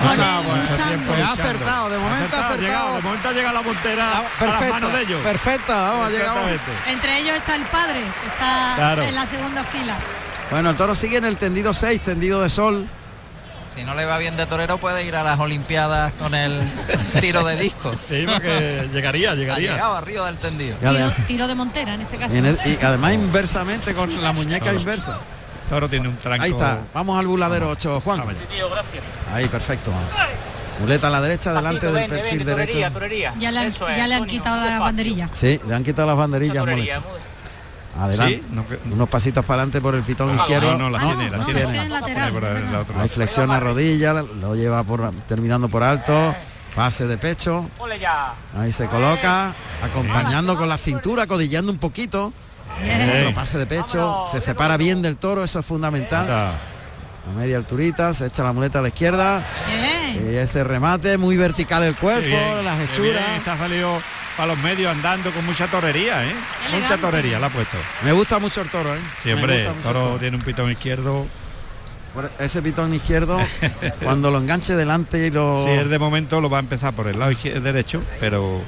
con
Mucha-
él,
mucho
luchando.
tiempo Pues ha luchando. acertado, de momento ha
ha
acertado.
llegado, de momento ha llegado la montera
Ah,
a las
perfecta,
manos de ellos.
perfecta, vamos, ha llegado.
Exactamente.
Entre ellos está el padre, que está
Claro.
en la segunda fila.
Bueno, el toro sigue en el tendido 6, tendido de sol.
Si no le va bien de torero puede ir a las Olimpiadas con
*laughs*
el tiro de disco.
Sí, porque llegaría, llegaría.
Ha llegado a Río del Tendido.
Y, adem-
Tiro, tiro de Montera en este caso.
y en el- y además inversamente con la muñeca
Toro.
inversa.
Toro tiene un tranco.
Ahí está, vamos al buladero 8, Juan. Ahí, perfecto. Muleta a la derecha, delante del perfil derecho.
ya le han, ya le han quitado la banderilla.
Sí, le han quitado las banderillas.
torería,
Muleta. Adelante.
Sí, no que-
Unos pasitos para adelante por el pitón
No,
izquierdo. Ah,
no, no, la tiene, la tiene.
tiene lateral,
Por el- la otra.
Ahí flexiona rodilla, lo lleva por terminando por alto, pase de pecho. Ahí se coloca, acompañando con la cintura, codillando un poquito.
Bien.
Otro pase de pecho, se separa bien del toro, eso es fundamental. A media alturita, se echa la muleta a la izquierda.
Bien.
Y ese remate, muy vertical el cuerpo,
Qué bien,
las
qué
hechuras.
bien, Se ha salido para los medios andando con mucha torería, ¿eh? Mucha torería la ha puesto.
Me gusta mucho el toro, ¿eh? Me
Siempre,
gusta mucho el
Toro
toro.
tiene un pitón izquierdo.
Por Ese pitón izquierdo, cuando lo enganche delante y lo...
*laughs* Si es de momento lo va a empezar por el lado izquier- derecho, pero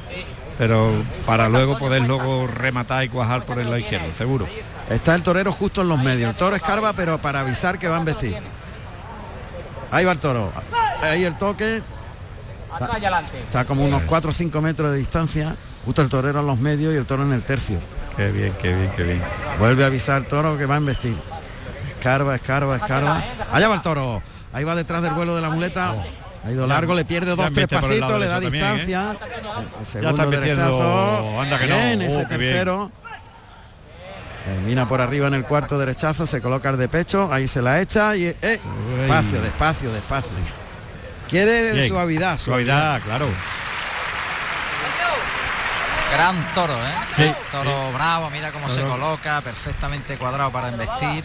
pero para luego poder luego rematar y cuajar por el lado izquierdo, seguro.
Está el torero justo en los medios. El toro escarba, pero para avisar que van a vestir. Ahí va el toro. Ahí el toque. Atrás y adelante. Está como unos 4 o 5 metros de distancia. Justo el torero en los medios y el toro en el tercio.
Qué bien, qué bien, qué bien.
Vuelve a avisar el toro que va a vestir. Escarba, escarba, escarba. Allá va el toro. Ahí va detrás del vuelo de la muleta. Ha ido largo, le pierde
Ya
dos, tres
embiste por el lado
pasitos, le da
derecho también, ¿eh?
distancia. El
Ya está
segundo derechazo.
metiendo. Anda que no.
Bien,
Oh,
ese
qué bien.
tercero. Termina por arriba en el cuarto derechazo, se coloca el de pecho, ahí se la echa y... eh, despacio, despacio, despacio. Quiere
Bien.
suavidad,
Suavidad, claro.
Gran toro, ¿eh?
Sí.
Toro bravo, mira cómo se
Toro.
coloca, perfectamente cuadrado para investir.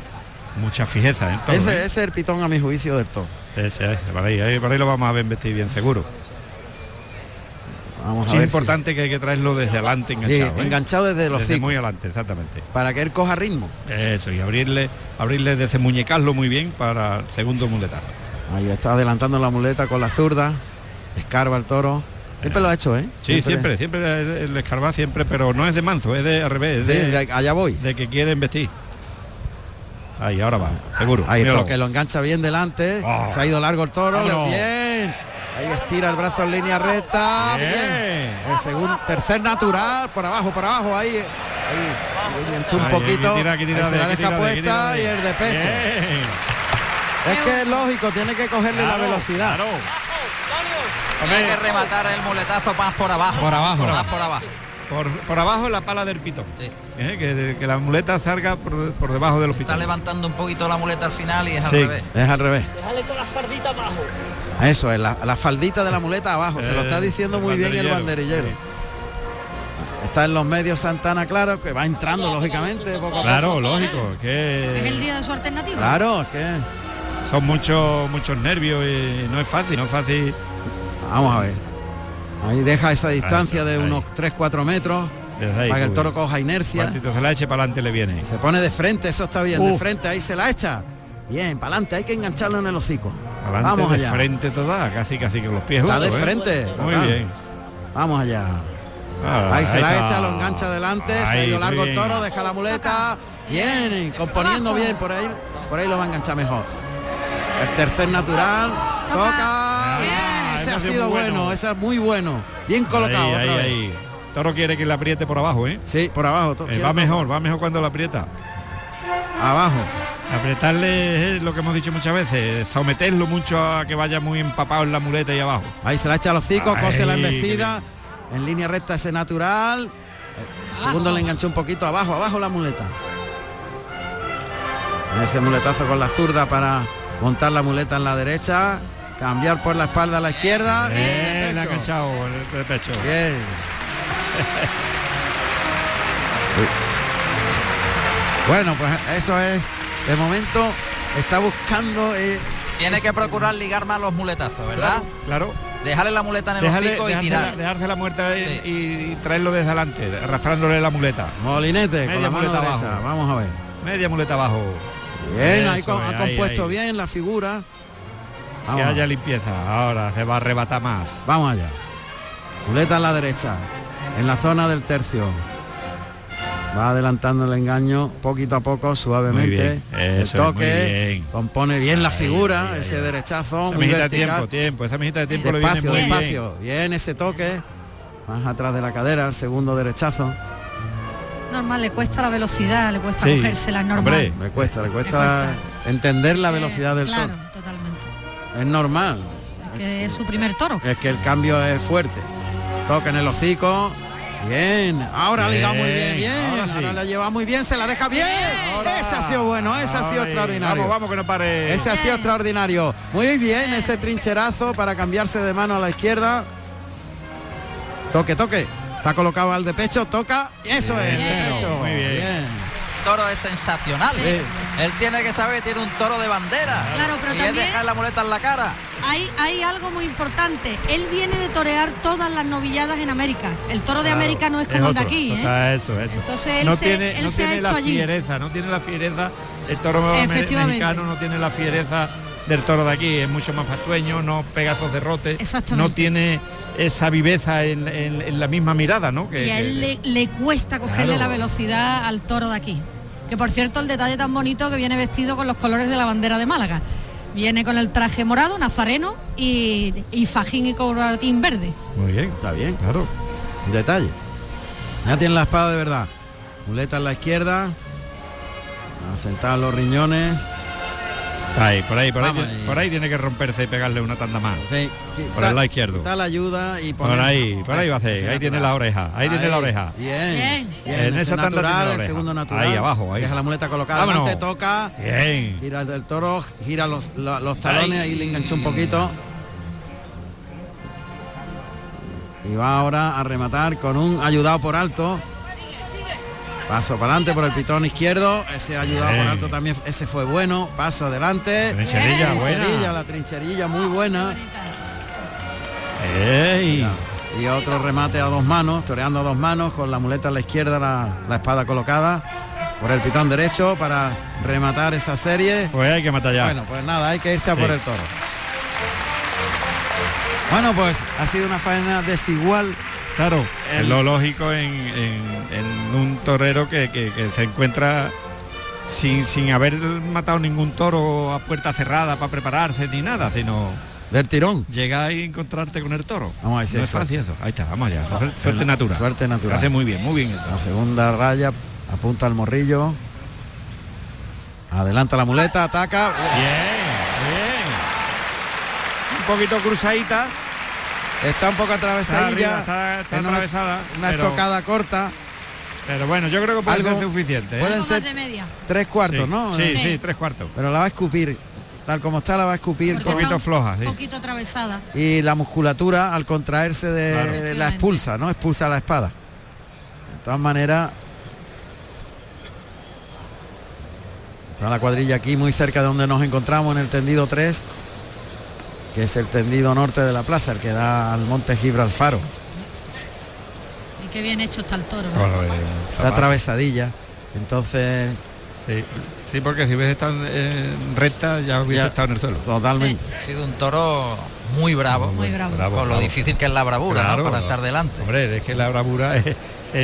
Mucha fijeza. ¿eh? Toro,
ese,
¿eh?
ese es el pitón a mi juicio del toro.
Ese, ese, por, ahí, ahí- por ahí lo vamos a ver vestir bien seguro.
Vamos a
Sí,
ver
es
si-
importante que hay que traerlo desde adelante
Sí,
enganchado. ¿eh?
enganchado desde los
Desde muy adelante, exactamente.
Para que él coja ritmo.
Eso, y abrirle, abrirle desde muñecarlo muy bien para el segundo muletazo.
Ahí está adelantando la muleta con la zurda. Escarba el toro. Siempre lo ha hecho, ¿eh?
Sí, siempre, eh, siempre el escarbar siempre, pero no es de manzo, es de al revés. es
Sí,
de,
de- allá voy.
De que quieren vestir. Ahí, ahora va, seguro.
Ahí
Míralo.
está, que lo engancha bien delante.
Oh.
Se ha ido largo el toro.
Vámonos.
Bien. Ahí estira el brazo en línea recta. Bien. El segundo, tercer natural. Por abajo, por abajo. Ahí. Ahí. Bien, tú un
Ahí,
poquito.
aquí tira, aquí tira
Ahí se
de-
la
aquí
deja
tira de- aquí
puesta
tira de-
y el de pecho.
Bien.
Es que es lógico, tiene que cogerle
Claro,
la velocidad.
Tiene que rematar el muletazo más por abajo.
Por abajo.
Más por abajo.
Por, por abajo la pala del pitón. Eh, Que, que la muleta salga por, por debajo de los
Está
pitones.
levantando un poquito la muleta al final y es al
Sí.
revés.
Es al revés.
Déjale con la fardita abajo.
Eso es, la, la faldita de la muleta abajo. Se lo está
Eh,
diciendo
el
muy bien el
banderillero,
banderillero. Está en los medios Santana, claro, que va entrando lógicamente poco a
Claro,
poco.
lógico.
Es el
Que
día de su alternativa.
Claro, es que
son muchos muchos nervios y no es fácil, no es fácil.
Vamos a ver. Ahí deja esa distancia de unos 3-4 metros
Desde ahí,
para que el
cubre.
toro coja inercia.
Cuantito se la eche para adelante le viene.
Se pone de frente, eso está bien, de
Uh.
frente, ahí se la echa. Bien, para adelante, hay que engancharlo en el hocico.
Adelante,
Vamos
de
allá.
frente toda, casi casi con los pies
Está
juntos,
de
¿eh?
frente,
Muy
total.
bien.
Vamos allá.
Ah,
Ahí se la
está.
echa, lo engancha adelante, se ha
Ahí,
ido largo
muy
el
bien.
toro, deja la muleta. Bien, componiendo bien por ahí, por ahí lo va a enganchar mejor. El tercer natural, toca. Bien, ese
ese
ha
ha sido
sido
muy
bueno,
bueno.
ese es muy bueno. Bien colocado.
Ahí,
otra
ahí,
vez.
ahí. Toro quiere que la apriete por abajo, ¿eh?
Sí, por abajo. quiere
va
todo.
mejor, va mejor cuando la aprieta.
Abajo.
Apretarle es lo que hemos dicho muchas veces, someterlo mucho a que vaya muy empapado en la muleta y abajo.
Ahí se la echa a los hocico, cose la
Ay,
embestida. En línea recta ese natural. El segundo le enganchó un poquito abajo, abajo la muleta. Ese muletazo con la zurda para montar la muleta en la derecha. Cambiar por la espalda a la izquierda. Bien, de
Bien, la Eh, ha
pecho.
enganchado en el de pecho.
*laughs* Bien. bueno, pues eso es. De momento está buscando. eh,
Tiene
es-
que procurar ligar más los muletazos, ¿verdad?
Claro.
Dejarle la muleta en el
Déjale-
hocico y
dejársela-
tirar.
dejársela muerta y, y traerlo desde adelante, arrastrándole la muleta.
Molinete, con la mano derecha, vamos a ver.
Media muleta abajo.
Bien, ahí
Eso
con-
es,
ha
ahí,
compuesto
ahí.
bien la figura.
Que
Vamos.
haya limpieza. Ahora se va a arrebatar más.
Vamos allá. Muleta en la derecha, en la zona del tercio. Va adelantando el engaño poquito a poco, suavemente.
bien, eso
el
es,
toque,
muy bien.
compone bien la
Ahí,
figura,
ahí, ahí,
ese
ahí.
derechazo.
Esa
muy
mijita de
vertical.
tiempo, tiempo. Esa mijita de tiempo
Despacio,
le viene muy
despacio. Bien. ese toque. Más atrás de la cadera, el segundo derechazo.
Normal, le cuesta la velocidad, le cuesta
Sí,
cogérsela, es normal.
Hombre, me cuesta, le cuesta, entender la velocidad del
claro,
toro.
totalmente.
Es normal.
Que es su primer toro.
Es que el cambio es fuerte. Toca en el hocico. Bien. Ahora
Bien,
liga muy bien, bien. Ahora,
ahora sí.
la lleva muy bien, se la deja bien. Ese ha sido bueno, ese ha sido
Ay,
extraordinario.
Vamos, vamos, que no pare.
Ese ha sido extraordinario. Muy bien ese trincherazo para cambiarse de mano a la izquierda. Toque, toque. Está colocado al de pecho, toca. Eso es, de pecho.
Muy bien. El toro es sensacional. ¿eh? Él tiene que saber que tiene un toro de bandera.
Claro, pero
y
también-
es dejar la muleta en la cara.
Hay, hay algo muy importante. Él viene de torear todas las novilladas en América. El toro de
Claro,
América no es como el de
otro,
aquí, ¿eh?
total, eso, eso.
Entonces, él
no
se-
tiene,
él
no
se
tiene
ha hecho
la
allí.
fiereza, no tiene la fiereza. El toro me-
Efectivamente.
mexicano no tiene la fiereza del toro de aquí, es mucho más pastueño, no pega esos derrotes, no tiene esa viveza en, en- en la misma mirada, ¿no? Que-
y a
que-
él le, le cuesta cogerle
Claro.
la velocidad al toro de aquí. Que por cierto, el detalle tan bonito que viene vestido con los colores de la bandera de Málaga. Viene con el traje morado, nazareno y, y fajín y cobratín verde.
Muy bien.
Está bien.
Claro.
Un detalle. Ya tiene la espada de verdad. Muleta en la izquierda. Asentar los riñones.
Ahí, por ahí, por ahí,
Vamos eh. ahí.
por ahí tiene que romperse y pegarle una
*laughs*
tanda más.
Sí,
por el lado izquierdo.
Está la ayuda y
Por
poner-
ahí, por ahí va a hacer.
Ese
Ahí tiene la
natural.
oreja, ahí tiene la oreja.
Bien. bien,
En
ese
esa tanda tiene la
natural, el
oreja.
segundo natural.
Ahí abajo, ahí.
Deja la muleta colocada,
Vámonos.
te toca.
Bien.
Gira el del toro, gira los, lo- los talones, ahí le enganchó un poquito. Y va ahora a rematar con un ayudado por alto. Paso para adelante por el pitón izquierdo. Ese ha ayudado por alto también. Ese fue bueno. Paso adelante.
Trincherilla, buena.
Trincherilla, la trincherilla muy buena.
Ey.
Y otro remate a dos manos, toreando a dos manos, con la muleta a la izquierda, la, la espada colocada por el pitón derecho para rematar esa serie.
Pues hay que matar ya.
Bueno, pues nada, hay que irse a por
Sí.
el toro. Bueno, pues ha sido una faena desigual.
Claro,
El-
es lo lógico en, en- en un torero que, que- que se encuentra sin, sin haber matado ningún toro a puerta cerrada para prepararse ni nada, sino...
Del tirón.
Llegar y encontrarte con el toro.
Vamos a ver si
No
hay
es fácil eso. Ahí está, vamos allá. Suerte,
Suerte-
natural.
Suerte natural.
Hace muy bien, muy bien eso.
La segunda raya apunta al morrillo. Adelanta la muleta, ataca.
Un poquito cruzadita.
Está un poco
Está, arriba,
atravesadilla.
está- está
en una-
atravesada.
Una
pero-
estocada corta.
Pero bueno, yo creo que puede ser suficiente. ¿eh?
Pueden ser tres cuartos,
Sí,
¿no?
Sí, sí, tres cuartos.
Pero la va a escupir. Tal como está, la va a escupir.
Porque está un poquito atravesada.
Y la musculatura al contraerse de la expulsa, ¿no? Expulsa la espada. De todas maneras. Está la cuadrilla aquí muy cerca de donde nos encontramos en el tendido 3, que es el tendido norte de la plaza, el que da al monte Gibralfaro.
Y qué bien hecho está el toro. ¿no?
La atravesadilla. Entonces.
Sí, sí, porque si hubiese estado en recta ya hubiese
Ya,
estado en el suelo.
Totalmente.
Ha sido un toro muy bravo.
Muy bravo.
Con lo difícil que es la bravura, ¿no? Para estar delante.
Hombre, es que la bravura es. es-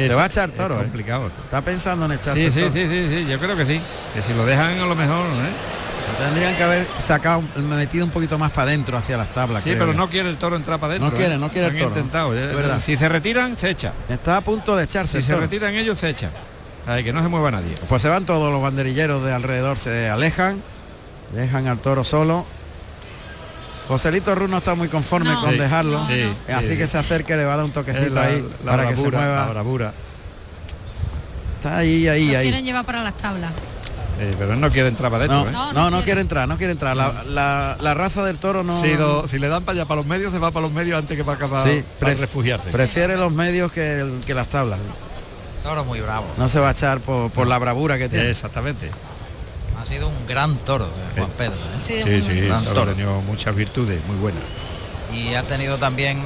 Te va a echar toro,
es
¿eh?
complicado.
Está pensando en echar
Sí, sí, sí, sí, sí, yo creo que sí. Que si lo dejan a lo mejor, ¿eh?
Tendrían que haber sacado, metido un poquito más para adentro hacia las tablas.
Sí,
creo
pero
yo.
no quiere el toro entrar para adentro.
Ah, No quiere,
¿eh?
no quiere el
Han
toro.
intentado, ya-
Es verdad.
Si se retiran, se echa.
Está a punto de echarse.
Si
el
se
toro.
retiran ellos, se echa. Ay, que no se mueva nadie.
Pues se van todos los banderilleros de alrededor, se alejan, dejan al toro solo. Joselito Runo está muy conforme
No.
con
Sí,
dejarlo,
no, Sí, no.
así
sí.
que se acerca y le va a dar un toquecito
Es la-
ahí
la
para que se
bravura,
mueva.
la bravura.
Está ahí, ahí,
Lo
ahí.
quieren llevar para las tablas.
Sí, pero él no quiere entrar para adentro,
No,
¿eh?
no, no quiere entrar, no quiere entrar. La, la- la raza del toro no.
Si, lo- si le dan para allá, para los medios, se va para los medios antes que para acá, para,
Sí,
para
pref-
refugiarse.
Prefiere los medios que, el- que las tablas.
Toro muy bravo.
No se va a echar por, por la bravura que tiene.
Exactamente.
Ha sido un gran toro, eh, Juan Pedro. ¿eh?
Sí,
Sí, sí,
Gran
ha
toro.
tenido muchas virtudes, muy buenas.
Y ha tenido también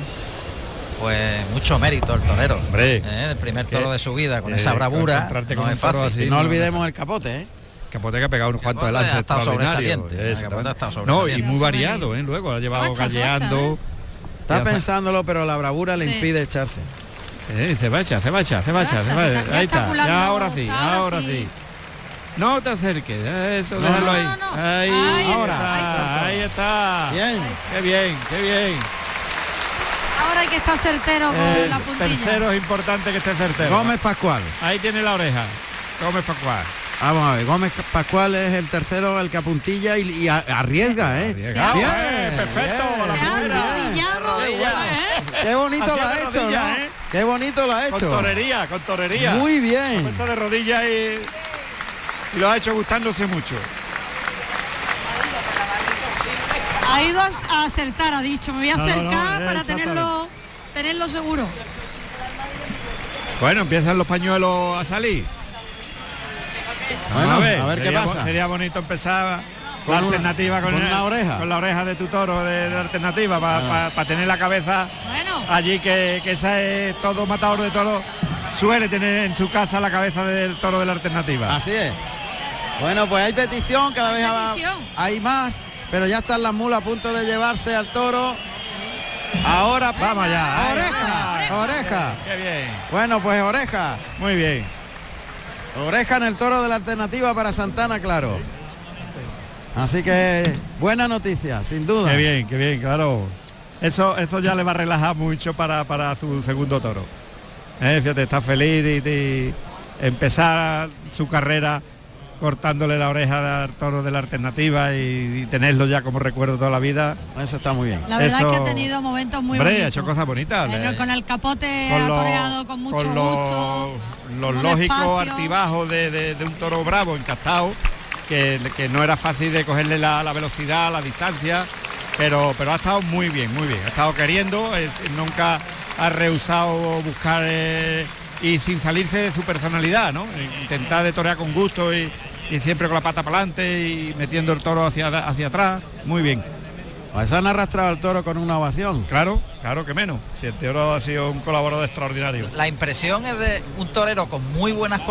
pues mucho mérito el torero.
Hombre,
¿eh? El primer
que-
toro de su vida, con
eh,
esa bravura.
encontrarte
No
con
es
un toro
fácil.
así,
No olvidemos el capote, ¿eh?
Capote que ha pegado un cuanto de
Capote
lance
ha estado
extraordinario.
sobresaliente,
Exactamente.
Capote ha estado
No, y
sobresaliente.
muy variado, ¿eh? Luego ha llevado
Sobacha, sobacha,
galleando.
Está pensándolo, pero la bravura le
Sí.
impide echarse.
Eh, se va se va se va
Cebacha,
se
se
va
está- ya
Ahí
está
está,
culando,
ya ahora sí,
ahora
ahora
sí.
sí. No te acerques, eh, eso,
No,
déjalo
no,
ahí.
no, no.
Ahí,
Ahí
está, ahí está.
Bien.
Qué bien, qué bien.
Ahora hay que estar certero con
Eh,
la puntilla.
tercero es importante que esté certero.
Gómez Pascual.
Ahí tiene la oreja. Gómez Pascual.
Vamos a ver, Gómez Pascual es el tercero, el que apuntilla y, y a- arriesga, ¿eh?
Arriesga.
Bien.
Eh, perfecto, la
Qué bonito lo
Hacia
ha
la
hecho,
rodilla,
¿no?
¿eh?
Qué bonito lo ha hecho.
Con torería, con torería.
Muy bien.
Puesto de rodillas y, y lo ha hecho gustándose mucho.
Ha ido a, a acertar, ha dicho. Me voy a
No, no,
acercar
no,
para
exactamente.
tenerlo, tenerlo seguro.
Bueno, empiezan los pañuelos a salir.
Bueno, a ver qué
sería
pasa.
bo- Sería bonito empezar
Con
la
una-
alternativa con,
con
el-
una oreja. Ah.
Con la oreja de tu toro de, de alternativa para tener la cabeza allí que, que esa es todo matador de toro suele tener en su casa la cabeza del toro de la alternativa.
Así es. Bueno, pues hay petición, cada vez va- hay más, pero ya están las mulas a punto de llevarse al toro. Ahora vamos
¿eh?
allá. Oreja, oreja.
Qué bien.
Bueno, pues oreja.
Muy bien.
Oreja en el toro de la alternativa para Santana, claro. Así que buena noticia, sin duda.
Qué bien, qué bien, claro. Eso, eso ya le va a relajar mucho para, para su segundo toro. Eh, fíjate, está feliz y, y empezar su carrera cortándole la oreja al toro de la alternativa y, y tenerlo ya como recuerdo toda la vida.
Eso está muy bien.
La verdad es que ha tenido momentos muy
Hombre, ha
bonitos.
hecho cosas bonitas.
Eh,
Le-
no, con el capote
con
ha
lo-
toreado con mucho
con lo-
gusto.
los
con
lógicos
espacio.
altibajos de, de- de un toro bravo encastado, que, que no era fácil de cogerle la, la velocidad, la distancia, pero, pero ha estado muy bien, muy bien. Ha estado queriendo, eh, nunca ha rehusado buscar eh, y sin salirse de su personalidad, ¿no? Intentar de torear con gusto y, y siempre con la pata para adelante y metiendo el toro hacia, hacia atrás. Muy bien.
Pues han arrastrado al toro con una ovación.
Claro, claro que menos. Si el toro ha sido un colaborador extraordinario.
La impresión es de un torero con muy buenas